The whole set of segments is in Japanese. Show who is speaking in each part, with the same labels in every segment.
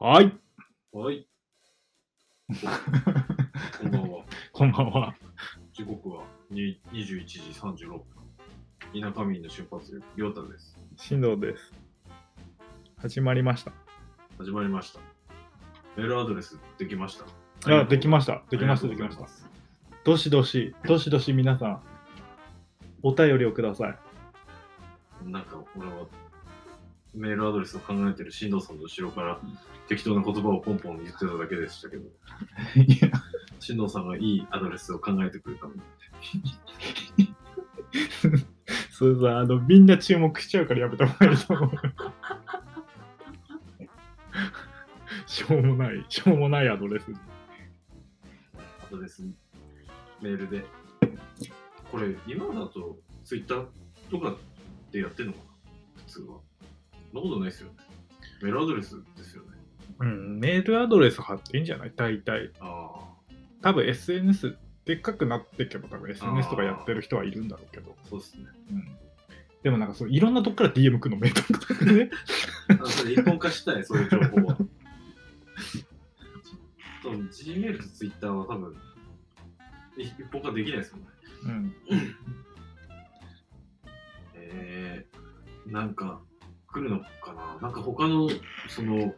Speaker 1: はい、
Speaker 2: はい。こんばんは。
Speaker 1: こんばんは。
Speaker 2: 時刻はに21時36分。田舎民の出発よ、りょうたです。
Speaker 1: 進藤です。始まりました。
Speaker 2: 始まりました。メールアドレスできました。
Speaker 1: いや、できま
Speaker 2: し
Speaker 1: した。
Speaker 2: た
Speaker 1: できました。できました。。どしどし、どしどし皆さん、お便りをください。
Speaker 2: なんか、俺は、メールアドレスを考えてる進藤さんの後ろから適当な言葉をポンポン言ってただけでしたけど、
Speaker 1: いや、
Speaker 2: 進藤さんがいいアドレスを考えてくれたので、
Speaker 1: そうさ、あの、みんな注目しちゃうからやめた方がいいと思う。しょうもない、しょうもないアドレス。
Speaker 2: アドレスにメールで。これ、今だとツイッターとかでやってんのかな普通は。そんなことないですよね。メールアドレスですよね。
Speaker 1: うん、メールアドレス貼っていいんじゃない大体。
Speaker 2: ああ、
Speaker 1: 多分 SNS、でっかくなっていけば多分 SNS とかやってる人はいるんだろうけど。
Speaker 2: そうですね。
Speaker 1: うんでもなんかそういろんなとこから DM 来るのめんどくさくね。
Speaker 2: あそれ一本化したい、そういう情報は。多分 Gmail と Twitter は多分い一本化できないですもんね。
Speaker 1: うん。
Speaker 2: えー、なんか来るのかななんか他の、その、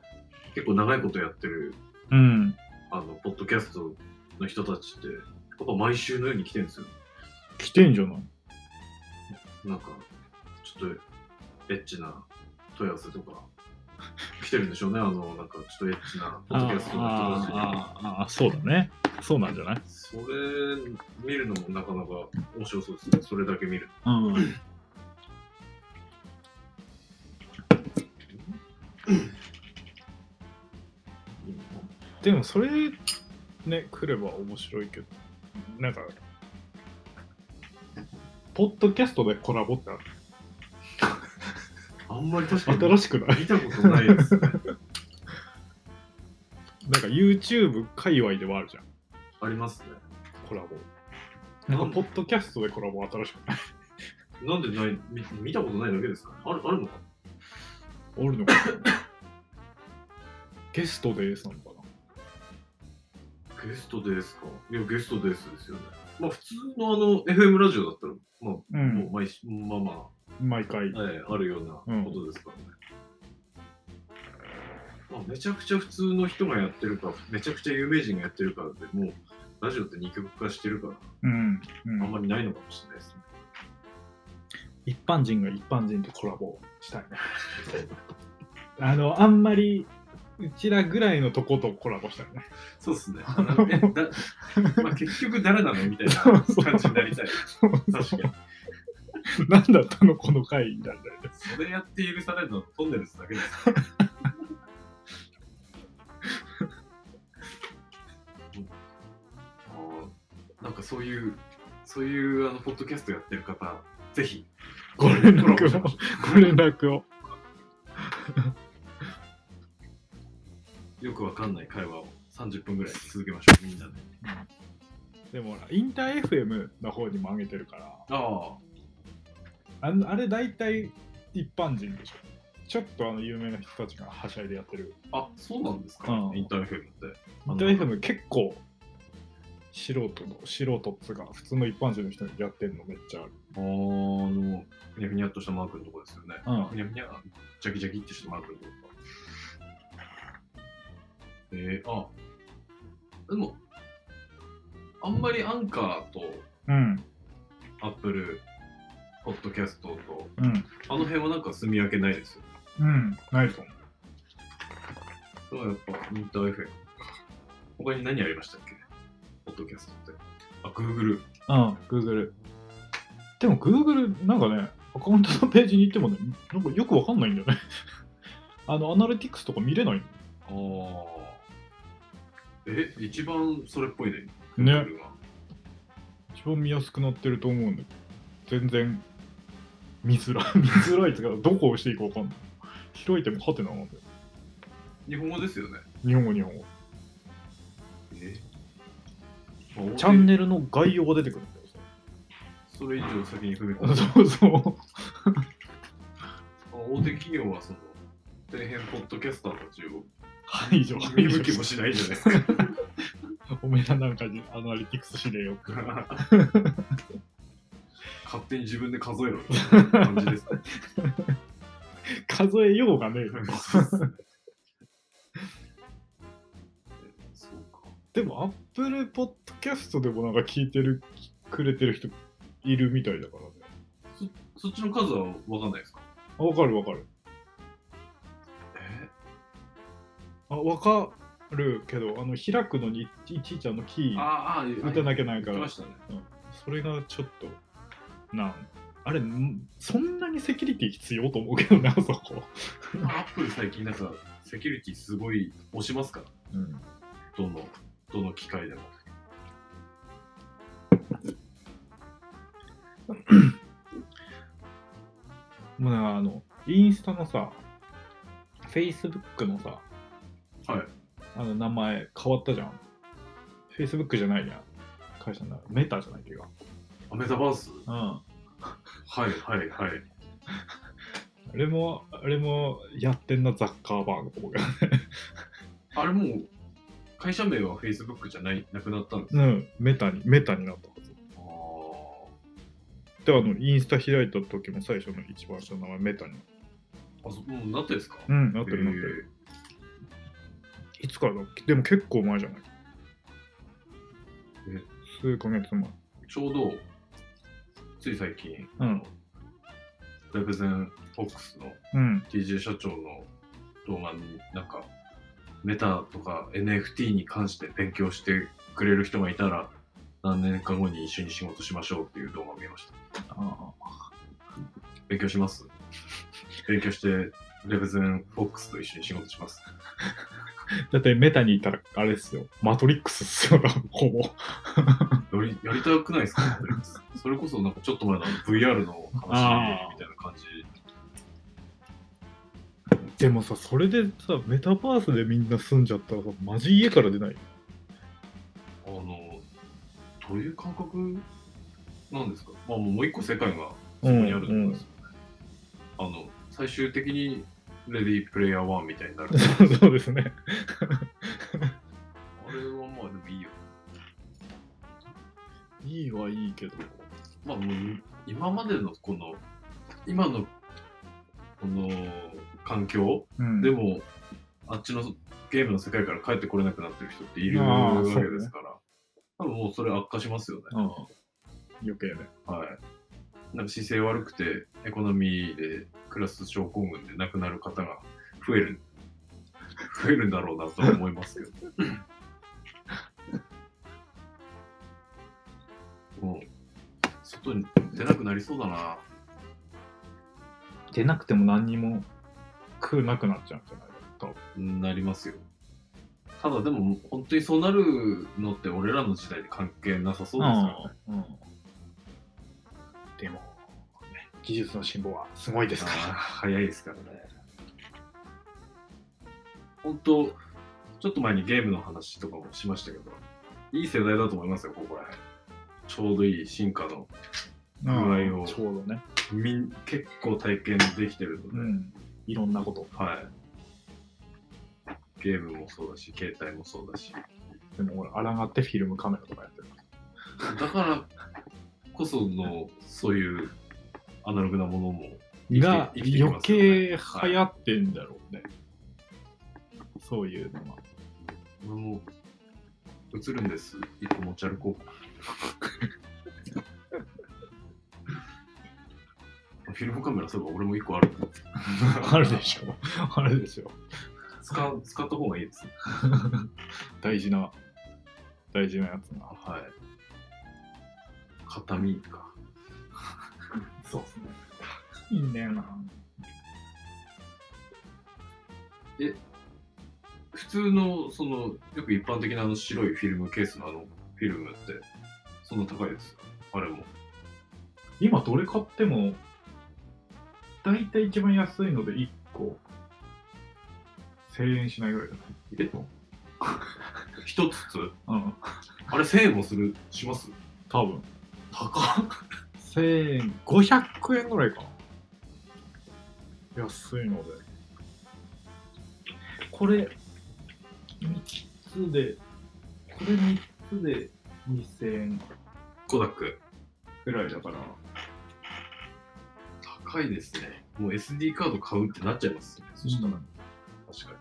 Speaker 2: 結構長いことやってる
Speaker 1: うん。
Speaker 2: あの、ポッドキャストの人たちって、やっぱ毎週のように来てるんですよ。
Speaker 1: 来てんじゃない
Speaker 2: なんか、ちょっと、エッチな問い合わせとか、来てるんでしょうね。あの、なんか、ちょっとエッチなポッドキャストの人たち。
Speaker 1: ああ、そうだね。そうなんじゃない
Speaker 2: それ見るのもなかなか面白そうですね。それだけ見る。
Speaker 1: うん。でもそれ、ね、来れば面白いけど、なんか、ポッドキャストでコラボって
Speaker 2: あんまり確かに
Speaker 1: 新しくない
Speaker 2: 見たことないですね。
Speaker 1: なんか YouTube 界隈ではあるじゃん、
Speaker 2: ありますね。
Speaker 1: コラボ。なんかポッドキャストでコラボ新しくない
Speaker 2: なんでない、み見たことないだけですかあるあるのか
Speaker 1: おるの かなゲストで A さんかな
Speaker 2: ゲストですかいや、ゲストですですよね。まあ、普通のあの、FM ラジオだったら、まあ、
Speaker 1: う
Speaker 2: もう毎週まあま
Speaker 1: 毎回
Speaker 2: あ、ええあるようなことですからね。まあ、めちゃくちゃ普通の人がやってるか、めちゃくちゃ有名人がやってるかでもう、ラジオって二極化してるから、
Speaker 1: うん、
Speaker 2: あんまりないのかもしれないですね。
Speaker 1: 一般人が一般人とコラボしたいね あのあんまりうちらぐらいのとことコラボしたいね
Speaker 2: そうですね。あの えだまあ、結局誰なのみたいな
Speaker 1: そう
Speaker 2: 感
Speaker 1: そう
Speaker 2: じになりたい。確かに。
Speaker 1: 何だったのこの回なんだよね
Speaker 2: それやって許されるのはトンネルズだけです。 あーなんかそういう、そういうあのポッドキャストやってる方、ぜひ、
Speaker 1: ご連絡をご連絡を
Speaker 2: よくわかんない会話を30分ぐらい続けましょう、みんなで。
Speaker 1: でもほらインター FM の方にも上げてるから
Speaker 2: あ
Speaker 1: あのあれ大体一般人でしょちょっとあの有名な人たちがはしゃいでやってる
Speaker 2: あ、あそうなんですか、
Speaker 1: うん
Speaker 2: インターフェムって。
Speaker 1: インター FM 結構素人の素人っつうか普通の一般人の人にやってるのめっちゃある
Speaker 2: あーあの、ふにゃふにゃっとしたマークのとこですよね。
Speaker 1: うん
Speaker 2: ふにゃふにゃ、ジャキジャキってしたマークのとこか。えー、あ、でも、あんまりアンカーと
Speaker 1: うん
Speaker 2: アップル、ポッドキャストと、
Speaker 1: うん
Speaker 2: あの辺はなんか住み分けないですよ。
Speaker 1: うんないと思う
Speaker 2: だからやっぱ、インター FM。他に何ありましたっけポッドキャストって。あ、Google。
Speaker 1: うん、Google。でも Google、なんかね、アカウントのページに行ってもね、なんかよくわかんないんだよね。 あの、アナリティクスとか見れない
Speaker 2: ああ。え、一番それっぽいね。
Speaker 1: ね
Speaker 2: Google は
Speaker 1: 一番見やすくなってると思うんだけど、全然見づらい。 見づらいっていうか、どこを押していいかわかんない。開いてもハテナなんだよ。
Speaker 2: 日本語ですよね。
Speaker 1: 日本語、日本語。
Speaker 2: え
Speaker 1: チャン
Speaker 2: ネ
Speaker 1: ネルの概要が出てくるんだよ。
Speaker 2: それ以上先に踏み込む。
Speaker 1: そうそ
Speaker 2: 大手企業はその、底辺ポッドキャスターたちを
Speaker 1: 排除
Speaker 2: 見向きもしないじゃないです か。
Speaker 1: おめえらなんかにアナリティクスしねえよって
Speaker 2: 勝手に自分で数えろみたいな感じですね。
Speaker 1: 数えようがねえよ
Speaker 2: そうか。
Speaker 1: でもアップルポッドキャストでもなんか聞いてるくれてる人いるみたいだからね
Speaker 2: そっちの数は分かんないですか
Speaker 1: あわかるわかる
Speaker 2: え
Speaker 1: あわかるけどあの開くのにいちいちあのキー
Speaker 2: あーあー、
Speaker 1: 打たな
Speaker 2: き
Speaker 1: きゃないから、
Speaker 2: ましたね。
Speaker 1: それがちょっとなあれんそんなにセキュリティ必要と思うけどなそこ、
Speaker 2: アップル最近なんかセキュリティすごい押しますから、
Speaker 1: うん、
Speaker 2: どの、どの機械でも。
Speaker 1: もうなんかあのインスタのさフェイスブックのさ
Speaker 2: はい。
Speaker 1: あの名前変わったじゃんフェイスブックじゃないや会社の名前メタじゃないっていうか
Speaker 2: あメタバース
Speaker 1: うんあ
Speaker 2: はいはいはい。
Speaker 1: れもあれもやってんなザッカーバーグとか
Speaker 2: あれもう、会社名は Facebook じゃない、なくなったんで す
Speaker 1: う
Speaker 2: よ。
Speaker 1: んメタにメタになったはず
Speaker 2: あ
Speaker 1: であのインスタ開いた時の最初の一番下の名前メタに
Speaker 2: ーあ、そもうなってんですか
Speaker 1: うんな
Speaker 2: な
Speaker 1: ってるなってるいつからだっけでも結構前じゃない
Speaker 2: え
Speaker 1: 数ヶ月前。
Speaker 2: ちょうど、つい最近、
Speaker 1: うん。
Speaker 2: レプゼン FOX の
Speaker 1: うん。
Speaker 2: TJ 社長の動画になんかメタとか NFT に関して勉強してくれる人がいたら何年か後に一緒に仕事しましょうっていう動画を見ました
Speaker 1: あ
Speaker 2: 勉強します勉強してレブゼン FOX と一緒に仕事します
Speaker 1: だってメタにいたらあれですよ。マトリックスっすよ、ほぼ。
Speaker 2: よりやりたくないですか それこそなんかちょっと前の VR の
Speaker 1: あ
Speaker 2: 話
Speaker 1: ー
Speaker 2: みたいな感じ
Speaker 1: でもさ、それでさ、メタバースでみんな住んじゃったらさ、マジ家から出ない。
Speaker 2: あのどういう感覚なんですか、まあ、もう一個世界がそこにあると思うんですよね、あの最終的にレディープレイヤー1みたいになるあ
Speaker 1: そうですね。
Speaker 2: れはまあでもいいよ
Speaker 1: いいはいいけど。
Speaker 2: まあもう今までのこの今のこの環境
Speaker 1: うん。
Speaker 2: でも、あっちのゲームの世界から帰ってこれなくなってる人っている
Speaker 1: あ
Speaker 2: わ
Speaker 1: ー
Speaker 2: けですから、多分もうそれ悪化しますよね
Speaker 1: うん、余計ね。
Speaker 2: はい。なんか姿勢悪くて、エコノミーでクラス症候群で亡くなる方が増える、 増えるんだろうなとは思いますけど。 もう、外に出なくなりそうだな。
Speaker 1: 出なくても何にも食うなくなっちゃうんじゃないかと。
Speaker 2: なりますよ。ただでも、本当にそうなるのって俺らの時代で関係なさそうですからね。
Speaker 1: うん。うん、でも、ね、技術の進歩はすごいですから。
Speaker 2: あー早いですからね。本当、ちょっと前にゲームの話とかもしましたけど、いい世代だと思いますよ、ここら辺。ちょうどいい進化の、具合を
Speaker 1: ちょうどね、
Speaker 2: みん結構体験できてるので、
Speaker 1: ん、いろんなこと
Speaker 2: はい。ゲームもそうだし、携帯もそうだし。
Speaker 1: でも俺抗ってフィルムカメラとかやってる
Speaker 2: だからこその、そういうアナログなものも生きて
Speaker 1: が
Speaker 2: 生きてき
Speaker 1: 余
Speaker 2: ますよね
Speaker 1: 計流行ってんだろうね、そういうのは
Speaker 2: 俺も映るんです一個持ち歩こう フィルムカメラそういえば俺も一個ある
Speaker 1: あるでしょあるでしょ
Speaker 2: 使う使った方がいいですね
Speaker 1: 大事な大事なやつな
Speaker 2: はい片身か
Speaker 1: そうですねいいんだよな
Speaker 2: 普通のそのよく一般的なあの白いフィルムケースのあのフィルムってそんな高いですあれも
Speaker 1: 今どれ買っても大体一番安いので1個1000円しないぐらいじゃない
Speaker 2: え一つつ
Speaker 1: うん
Speaker 2: あれ1000円もするします
Speaker 1: 多分
Speaker 2: 高っ
Speaker 1: 1000円500円ぐらいかな安いのでこれ3つで、これ3つで2000円
Speaker 2: コダック。
Speaker 1: ぐらいだから、
Speaker 2: 高いですね。もう SD カード買うってなっちゃいますね。そしたら、
Speaker 1: うん
Speaker 2: 確か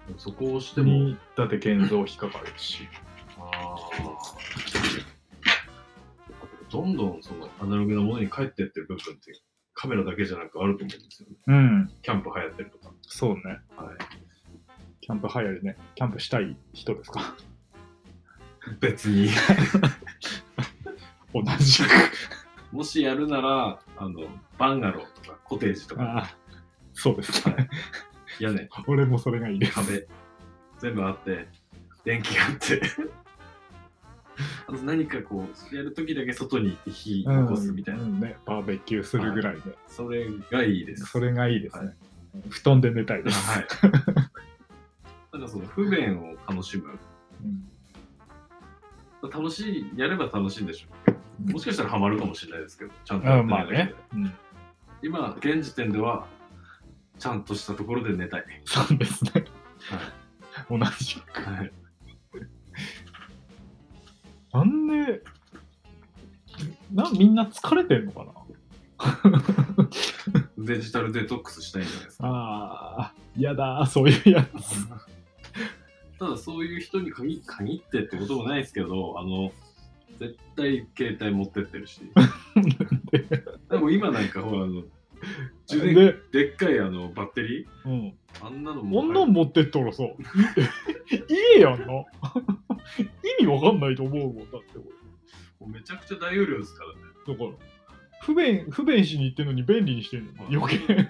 Speaker 2: に。でもそこを押して
Speaker 1: で
Speaker 2: も、
Speaker 1: も、だって建造引っかかるし、
Speaker 2: あーどんどんそのアナログなものに帰ってってる部分ってカメラだけじゃなくあると思うんですよね。
Speaker 1: うん、
Speaker 2: キャンプ流行ってるとか。
Speaker 1: そうね。
Speaker 2: はい。
Speaker 1: キャンプ流行るね。キャンプしたい人ですか
Speaker 2: 別に。
Speaker 1: 同じく。
Speaker 2: もしやるなら、あの、バンガローとかコテージとか、
Speaker 1: ああ、 そうですね。
Speaker 2: 屋根、
Speaker 1: 俺もそれがいいです。
Speaker 2: 壁、全部あって、電気があって。あと何かこう、やるときだけ外に行って火起こすみたいな。
Speaker 1: うんね、バーベキューするぐらいで、
Speaker 2: それがいいです。
Speaker 1: それがいいですね、
Speaker 2: は
Speaker 1: 布団で寝たいです、
Speaker 2: はい。 なんかその不便を楽しむ。
Speaker 1: うん
Speaker 2: 楽しい、やれば楽しいんでしょう。もしかしたらハマるかもしれないですけど、ちゃんとや
Speaker 1: あ
Speaker 2: って
Speaker 1: ま
Speaker 2: な
Speaker 1: あ
Speaker 2: いだけで
Speaker 1: ね、うん、
Speaker 2: 今、現時点では、ちゃんとしたところで寝たい。
Speaker 1: そうですね、同じ
Speaker 2: はい。
Speaker 1: なんでなみんな疲れてんのかな
Speaker 2: デジタルデトックスしたいんじゃないです か。
Speaker 1: ああ嫌だそういうやつ
Speaker 2: ただ、そういう人に限限ってってこともないですけど、あの、絶対携帯持ってって るし。でも今なんか、ほら、あの、充電
Speaker 1: で、
Speaker 2: でっかいあのバッテリー
Speaker 1: うん、
Speaker 2: あんなの
Speaker 1: こんなん持
Speaker 2: も
Speaker 1: ってったら さ家やんな 意味わかんないと思うもんだって俺
Speaker 2: うめちゃくちゃ大容量ですからね。
Speaker 1: だから不便不便しに行ってんのに便利にしてんの余計
Speaker 2: 全然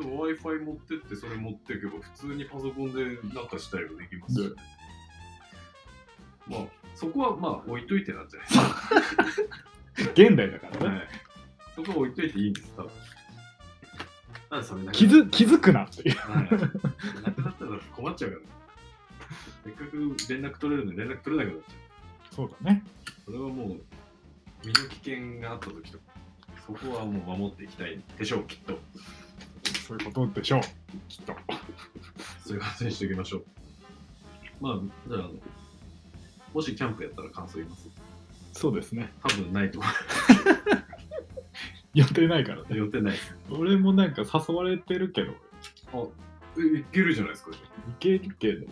Speaker 2: その Wi-Fi 持ってってそれ持っていけば普通にパソコンでなんかしたりもできますし、
Speaker 1: で
Speaker 2: まあそこはまあ置いといてなんじゃないですか、
Speaker 1: 現代だからね、
Speaker 2: はい、そこは置いといていいんです多分ただそれなく
Speaker 1: 気づ気づくなっていう
Speaker 2: はい、なくなったら困っちゃうからねせっかく連絡取れるのに連絡取れなくなっちゃ
Speaker 1: そうだね
Speaker 2: うそれはもう身の危険があった時とかそこはもう守っていきたいでしょうきっと
Speaker 1: そういうことでしょうきっと
Speaker 2: そういう話にしておきましょう。まあ、じゃああの、もしキャンプやったら感想言います。
Speaker 1: そうですね
Speaker 2: 多分ないと思
Speaker 1: 予定ないから
Speaker 2: う。
Speaker 1: ね
Speaker 2: 予定ないです。
Speaker 1: 俺もなんか誘われてるけど行
Speaker 2: え、いけるじゃないですか、じ
Speaker 1: けるけど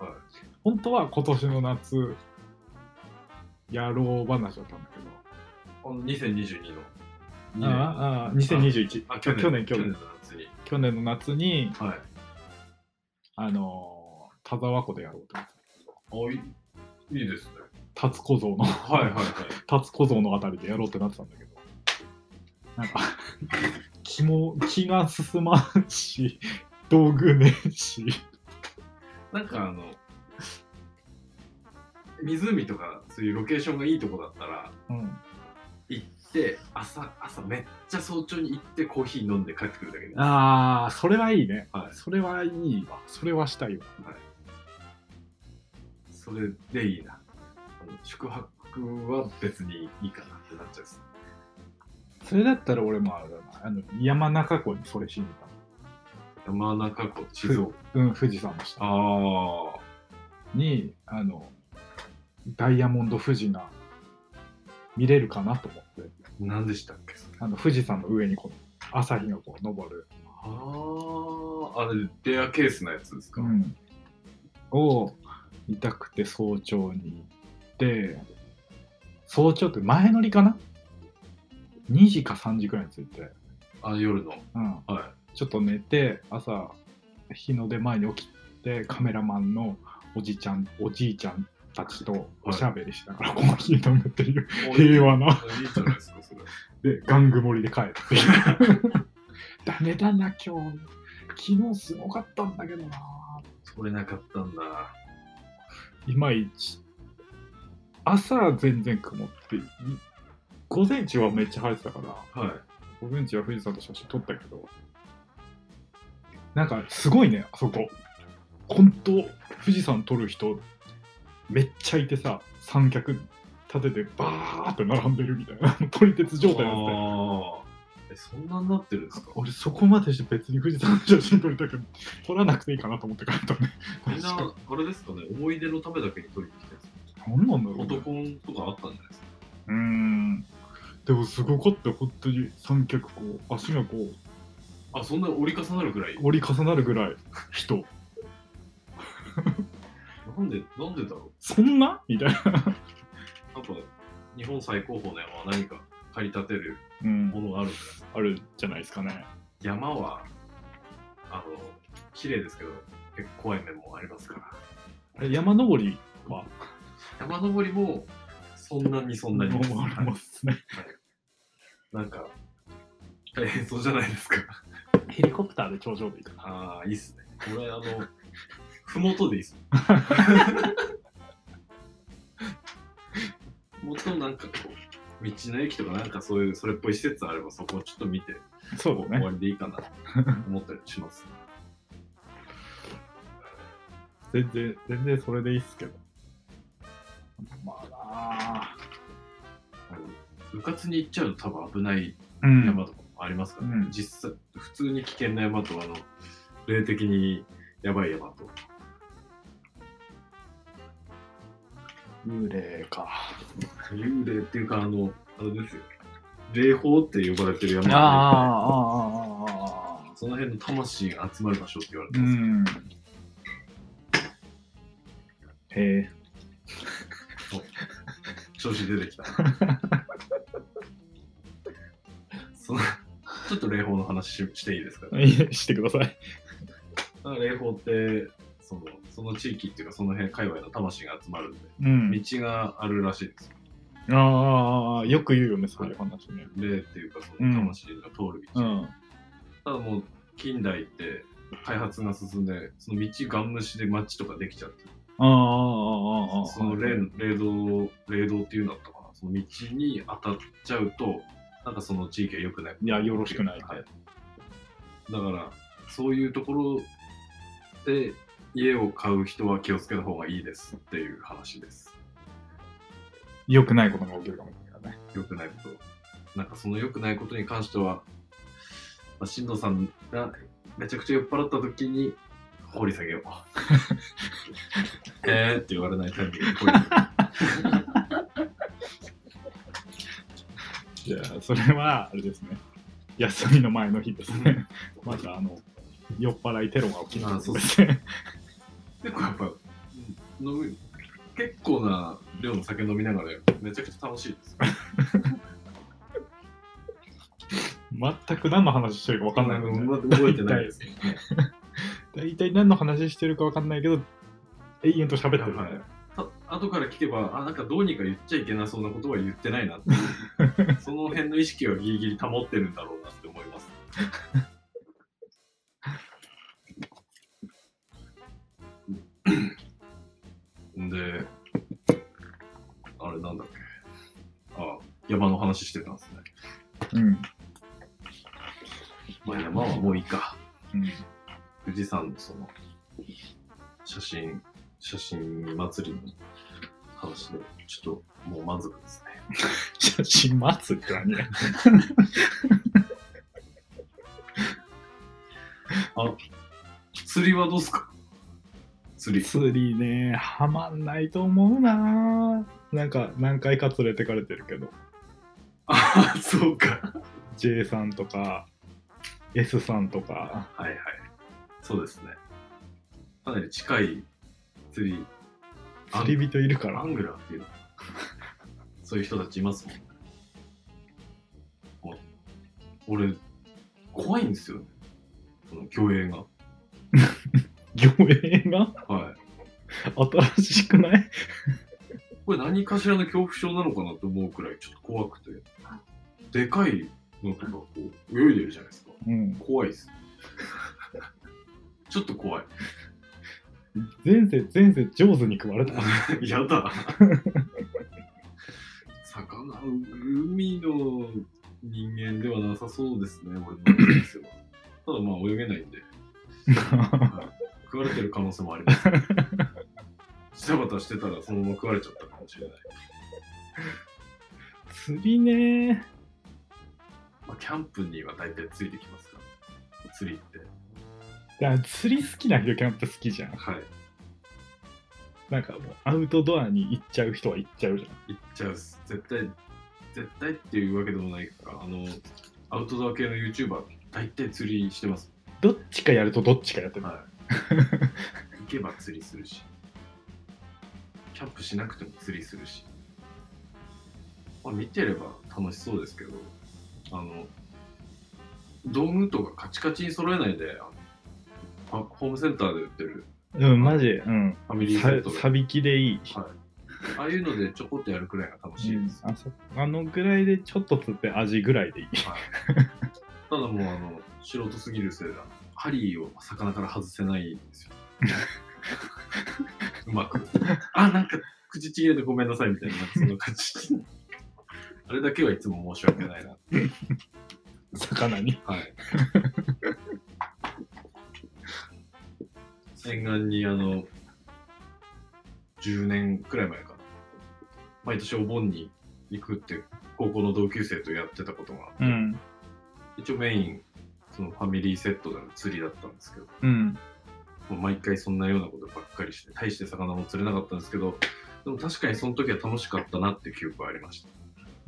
Speaker 2: ゃあはい。
Speaker 1: 本当は今年の夏やろう話だったんだけど
Speaker 2: あの、2022の。
Speaker 1: ああああ2021
Speaker 2: あ、去年。
Speaker 1: 去年去
Speaker 2: 去
Speaker 1: 年
Speaker 2: 年の夏に。
Speaker 1: 去年の夏に
Speaker 2: はい。
Speaker 1: あのー田沢湖でやろうと思って
Speaker 2: あ、いいいいですね。
Speaker 1: 立小僧の
Speaker 2: はいはいはい。
Speaker 1: 立小僧のあたりでやろうってなってたんだけどなんか 気も気が進まんし道具ねえし
Speaker 2: なんかあの、湖とか、そういうロケーションがいいとこだったら、
Speaker 1: うん
Speaker 2: 行って、朝、朝めっちゃ早朝に行ってコーヒー飲んで帰ってくるだけで。
Speaker 1: ああ、それはいいね。
Speaker 2: はい。
Speaker 1: それはいいわ。それはしたいわ。
Speaker 2: それでいいな。あの宿泊は別にいいかなってなっちゃうっす
Speaker 1: それだったら俺もあれだな。あの山中湖にそれしに行っ
Speaker 2: 山中湖、静岡。
Speaker 1: たの。うん、富士山の下
Speaker 2: ああ。
Speaker 1: に、あの、ダイヤモンド富士が見れるかなと思って、
Speaker 2: 何でしたっけそれ
Speaker 1: あの富士山の上にこの朝日がこう昇る、
Speaker 2: ああ。あれ、レアケースのやつですか、
Speaker 1: うん、を見たくて早朝に行って、早朝って前乗りかな ?2 時か3時くらいに着いて、
Speaker 2: あ夜の。
Speaker 1: うん。
Speaker 2: は
Speaker 1: ちょっと寝て朝日の出前に起きてカメラマンのおじちゃんおじいちゃんたちとおしゃべりしながらコーヒー飲むっていう、
Speaker 2: い。
Speaker 1: 平和な。
Speaker 2: いいじゃないですか、それ。
Speaker 1: でガング盛りで帰るっていう ダメだな今日昨日すごかったんだけどな
Speaker 2: それなかったんだ。
Speaker 1: いまいち朝は全然曇ってい午前中はめっちゃ晴れてたから
Speaker 2: はい。
Speaker 1: 午前中は富士山と写真撮ったけど、なんかすごいね、あそこ。本当富士山撮る人、めっちゃいてさ、三 脚立てて、バーって並んでるみたいな、撮り鉄状態なんですね。
Speaker 2: あえ、そんなになってるんですか
Speaker 1: 俺そこまでして別に富士山の写真撮りたく撮らなくていいかなと思って帰ったね
Speaker 2: みん
Speaker 1: 確か
Speaker 2: な、あれですかね、思い出のためだけに撮りに来たやつ。
Speaker 1: 何なんだろう、ね、
Speaker 2: 男とかあったんじゃないですか
Speaker 1: うーんでもすごかったよ本当に三脚こう足がこう
Speaker 2: あ、そんな折り重なるぐらい。
Speaker 1: 折り重なるぐらい人
Speaker 2: なんで、なんでだろ
Speaker 1: そんなみたいな
Speaker 2: う。なんか、日本最高峰の山は何か駆り立てる
Speaker 1: うん
Speaker 2: ものがあるんだ
Speaker 1: あるじゃないですかね
Speaker 2: 山は、あの、綺麗ですけど、結構怖い面もありますから。
Speaker 1: あれ山登りは
Speaker 2: 山登りも、そんなにそんなに。
Speaker 1: 思われますね
Speaker 2: なんか、大変そうじゃないですか。
Speaker 1: ヘリコプターで頂上で行く
Speaker 2: ああ、いいっすね。これ、あの、ふもとでいいっすね。もっとなんかこう、道の駅とかなんかそういう、それっぽい施設あれば、そこをちょっと見て、
Speaker 1: そうだ
Speaker 2: 終
Speaker 1: ね
Speaker 2: わりでいいかなと思ったりします。
Speaker 1: 全然全然それでいいっすけどまあ
Speaker 2: あの部活に行っちゃうと多分危ない
Speaker 1: なうん
Speaker 2: 山とかもありますから、
Speaker 1: う
Speaker 2: ね
Speaker 1: ん
Speaker 2: 実際、普通に危険な山と、あの、霊的にやばい山と、
Speaker 1: 幽霊か
Speaker 2: 幽霊っていうか、あの、あれですよ。霊峰って呼ばれてる
Speaker 1: ああ
Speaker 2: 山が
Speaker 1: ああああ
Speaker 2: その辺の魂が集まる場所って言われて
Speaker 1: う
Speaker 2: ます。
Speaker 1: んへえ
Speaker 2: 調子出てき た。そのちょっと霊峰の話ししていいですか、ね、
Speaker 1: いえしてください
Speaker 2: だから霊峰ってそのその地域っていうかその辺界隈の魂が集まるんで
Speaker 1: うん
Speaker 2: 道があるらしいですよ。
Speaker 1: ああよく言うよねそういう話ね
Speaker 2: 霊っていうかその魂が通る道。
Speaker 1: うん
Speaker 2: ただもう近代って開発が進んでその道がん虫で街とかできちゃって
Speaker 1: ああああああ
Speaker 2: その霊の霊道霊道っていうのだったかなその道に当たっちゃうとなんかその地域は良くない
Speaker 1: いやよろしくないって
Speaker 2: はいだからそういうところで家を買う人は気をつけた方がいいですっていう話です
Speaker 1: 良くないことが起きるかもしれないからね
Speaker 2: 良くないことなんかその良くないことに関しては、まあ、進藤さんがめちゃくちゃ酔っ払った時に掘り下げようえーって言われないタイミングで掘り下げよう
Speaker 1: いやそれはあれですね休みの前の日です ねまだあの酔っ払いテロが起きない
Speaker 2: あそう
Speaker 1: ですね
Speaker 2: 結構やっぱうん飲む結構な量の酒飲みながらめちゃくちゃ楽しいですよ。
Speaker 1: 全く何の話してるか分かんないもんね
Speaker 2: うん覚えてないですよね。
Speaker 1: 大体何の話してるか分かんないけど永遠と喋ってるね、
Speaker 2: はいた後から聞けばあなんかどうにか言っちゃいけなそうなことは言ってないなっていうその辺の意識はギリギリ保ってるんだろうなって思います。んであれなんだっけあ山の話してたんですね。
Speaker 1: うん
Speaker 2: まあ山はもういいか。
Speaker 1: うん
Speaker 2: 富士山のその写真写真祭りの話でちょっともう満足ですね
Speaker 1: 写真待つって何や
Speaker 2: 釣りはどうすか釣り
Speaker 1: 釣りねはまんないと思うななんか何回か連れてかれてるけど
Speaker 2: ああそうか
Speaker 1: J さんとか S さんとか
Speaker 2: はいはいそうですねかなり近い釣りあん
Speaker 1: 釣り人いるから
Speaker 2: アングラーっていうのそういう人たちいますもんねお俺怖いんですよねその競泳が
Speaker 1: 魚影が
Speaker 2: はい
Speaker 1: 新しくない
Speaker 2: これ何かしらの恐怖症なのかなと思うくらいちょっと怖くて、でかいのとかこう泳いでるじゃないですか。
Speaker 1: うん
Speaker 2: 怖い です。ちょっと怖い。
Speaker 1: 前世前世上手に食われた
Speaker 2: やだ。魚、海の人間ではなさそうですね、俺の人生は。ただまあ泳げないんで、食われてる可能性もあります。シャバタしてたらそのまま食われちゃったかもしれない。
Speaker 1: 釣りね
Speaker 2: まあ、キキャンプには大体ついてきますから、釣りって。
Speaker 1: いや釣り好きな人キャンプ好きじゃん
Speaker 2: はい。
Speaker 1: なんかもうアウトドアに行っちゃう人は行っちゃうじゃん
Speaker 2: 行っちゃうっす。絶対、絶対っていうわけでもないから、あの、アウトドア系の YouTuber、大体釣りしてます。
Speaker 1: どっちかやるとどっちかやってる、
Speaker 2: はい。行けば釣りするし、キャンプしなくても釣りするし、まあ、見てれば楽しそうですけど、あの、道具とかカチカチに揃えないで、あのあホームセンターで売ってる
Speaker 1: うんマジうん
Speaker 2: ファミリーセ
Speaker 1: さ
Speaker 2: ットで、
Speaker 1: さびきでいい、
Speaker 2: はい、ああいうのでちょこっとやるくらいが楽しいです。
Speaker 1: あそあのぐらいでちょっと釣って味ぐらいでいい
Speaker 2: はい、ただもうあの素人すぎるせいだ針を魚から外せないんです ようまくあなんか口ちぎれてごめんなさいみたいなその感じ あれだけはいつも申し訳ないな
Speaker 1: 魚 に
Speaker 2: はい 沿岸にあの10年くらい前かな毎年お盆に行くって高校の同級生とやってたことがあって、
Speaker 1: うん
Speaker 2: 一応メインそのファミリーセットでの釣りだったんですけど
Speaker 1: うん
Speaker 2: もう毎回そんなようなことばっかりして大して魚も釣れなかったんですけどでも確かにその時は楽しかったなって記憶はありました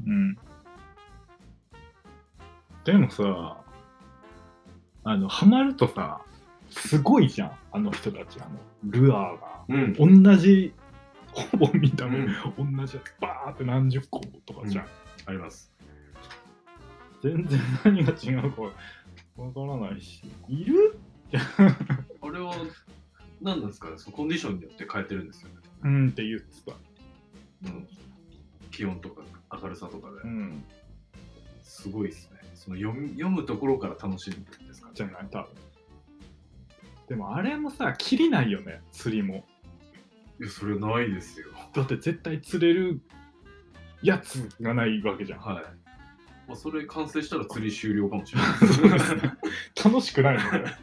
Speaker 1: うんでもさあのハマるとさすごいじゃんあの人たちあのルアーが
Speaker 2: うん、
Speaker 1: 同じほぼ見た
Speaker 2: う
Speaker 1: 目、
Speaker 2: ん、
Speaker 1: 同じやつバーって何十個もとかじゃん、
Speaker 2: あります
Speaker 1: 全然何が違うかわからないしいる
Speaker 2: あれは何なんですかねそのコンディションによって変えてるんですよね、
Speaker 1: うんって言ってた
Speaker 2: うん、気温とか明るさとかで
Speaker 1: うん
Speaker 2: すごいですねその読み読むところから楽しんでるんですかね
Speaker 1: じゃない多分でもあれもさ切りないよね釣りも
Speaker 2: いやそれないです よ
Speaker 1: だって絶対釣れるやつがないわけじゃん
Speaker 2: はい、まあ、それ完成したら釣り終了かもしれないです
Speaker 1: 楽しくないのね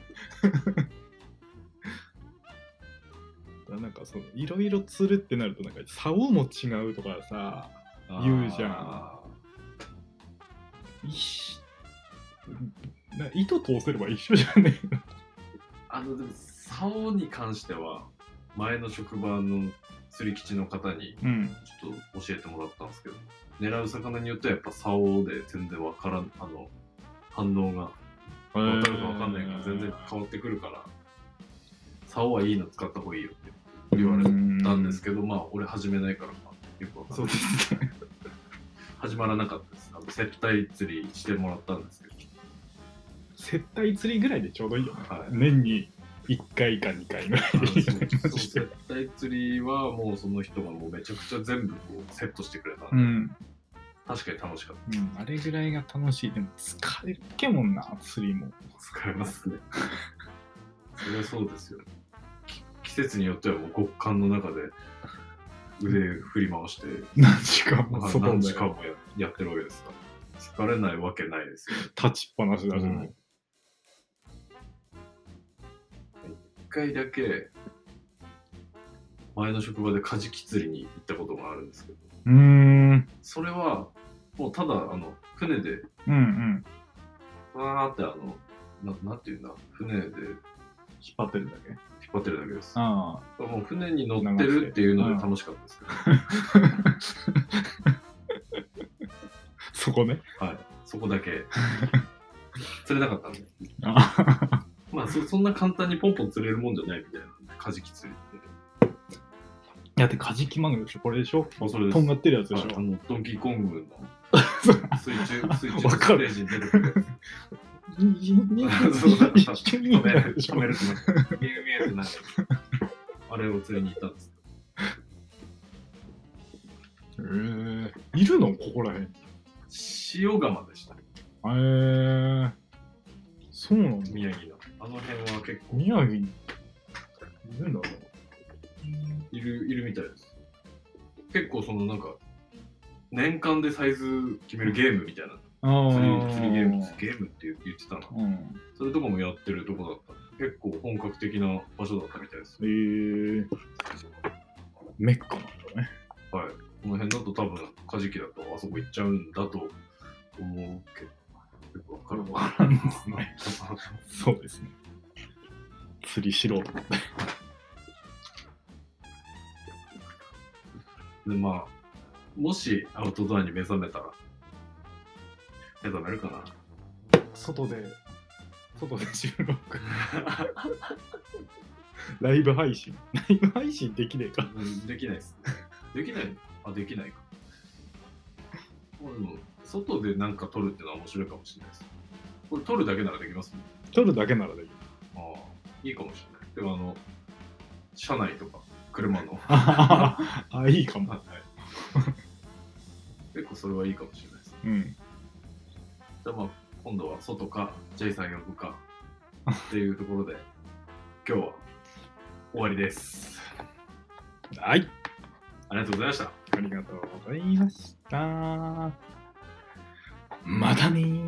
Speaker 1: なんかそのいろいろ釣るってなるとなんか竿も違うとかさ言うじゃん
Speaker 2: あー
Speaker 1: いしな糸通せれば一緒じゃねえ
Speaker 2: あのでも竿に関しては前の職場の釣り基地の方に
Speaker 1: うん
Speaker 2: ちょっと教えてもらったんですけど狙う魚によってはやっぱ竿で全然わからんあの反応がわかるかわかんないから全然変わってくるから竿はいいの使った方がいいよって言われたんです
Speaker 1: け
Speaker 2: けどまあ俺始めないからまあよくわかん
Speaker 1: そう
Speaker 2: ない
Speaker 1: ですね
Speaker 2: 始まらなかったですあの接待釣りしてもらったんですけど
Speaker 1: 接待釣りぐらいでちょうどいいよね
Speaker 2: はい
Speaker 1: 年に1回か2回ぐらい
Speaker 2: あのそ
Speaker 1: マ
Speaker 2: うそう
Speaker 1: ジで
Speaker 2: 接待釣りはもうその人がもうめちゃくちゃ全部こうセットしてくれた
Speaker 1: う
Speaker 2: んで
Speaker 1: ん、
Speaker 2: 確かに楽しかっ
Speaker 1: うん、あれぐらいが楽しいでも疲れるけもんな釣り も
Speaker 2: た。使えますね。そりゃそうですよ。き季節によってはもう極寒の中で腕振り回して、
Speaker 1: 何時間
Speaker 2: ま
Speaker 1: も
Speaker 2: あ
Speaker 1: そこ
Speaker 2: 何
Speaker 1: で
Speaker 2: 時
Speaker 1: 立
Speaker 2: 間もややってるわけですから。疲れないわけないですよ。
Speaker 1: ちっぱなしだし、ね
Speaker 2: 一回だけ、前の職場でカジキ釣りに行ったことがあるんですけど、
Speaker 1: うーん
Speaker 2: それはもうただあの船で
Speaker 1: うんうん
Speaker 2: わーってあの、ななんていうんだ、船で引っ
Speaker 1: 引っ張ってるだけ
Speaker 2: 張ってるだけです。
Speaker 1: あ
Speaker 2: もう船に乗ってるっていうので楽しかったですけど、
Speaker 1: あそこね
Speaker 2: はい、そこ だけ釣れなかったんで、
Speaker 1: あ
Speaker 2: まあそそんな簡単にポンポン釣れるもんじゃないみたいなんで、カジキ釣りっ
Speaker 1: いやってカジキマグロでしょこれでしょ
Speaker 2: て。あそれです
Speaker 1: とんがってるやつでし
Speaker 2: はいあ
Speaker 1: ょ
Speaker 2: のドンキーコング
Speaker 1: そ
Speaker 2: の水中、水中
Speaker 1: わか
Speaker 2: ステ
Speaker 1: る
Speaker 2: ージに出てくるやつ。 そうだ
Speaker 1: 一緒に
Speaker 2: 止める、
Speaker 1: でし
Speaker 2: 止
Speaker 1: ょ
Speaker 2: める止める。ビュービューってなる。あれを釣りに行ったんですけ
Speaker 1: えいるのここらへんへ
Speaker 2: ど、塩釜でした、
Speaker 1: えー、そうなんだ
Speaker 2: 宮城の。あの辺は結構
Speaker 1: 宮城にいるんだろ
Speaker 2: いるいるみたいです。結構そのなんか、年間でサイズ決めるゲームみたいな。
Speaker 1: うあ
Speaker 2: 釣り釣りゲーム、ゲームって言う言ってたな。
Speaker 1: うん
Speaker 2: それとかもやってるとこだった。結構本格的な場所だったみたいです
Speaker 1: え。ー、メッカなんだね
Speaker 2: はい。この辺だと多分、カジキだとあそこ行っちゃうんだと思うけよくわかるわ。
Speaker 1: ですね。そうですね。釣りしろと。
Speaker 2: で、まあ、もしアウトドアに目覚めたら、目覚めるかな。
Speaker 1: 外で、外で収録。ライブ配信。ライブ配信できねえか。
Speaker 2: うんできないです。できないあ、できないか。まあでも外でなんか撮るってのは面白いかもしれないです。これ撮るだけならできますもん
Speaker 1: 撮るだけならで きる。
Speaker 2: ああ、いいかもしれない。でもあの、車内とか、車の。
Speaker 1: あ、いいかも。
Speaker 2: 結構それはいいかもしれないです。
Speaker 1: うん。
Speaker 2: じゃあまあ、今度は外か、ジェイさん呼ぶか、っていうところで、今日は終わりです。
Speaker 1: はい。
Speaker 2: ありがとうございました。
Speaker 1: ありがとうございました。またねー。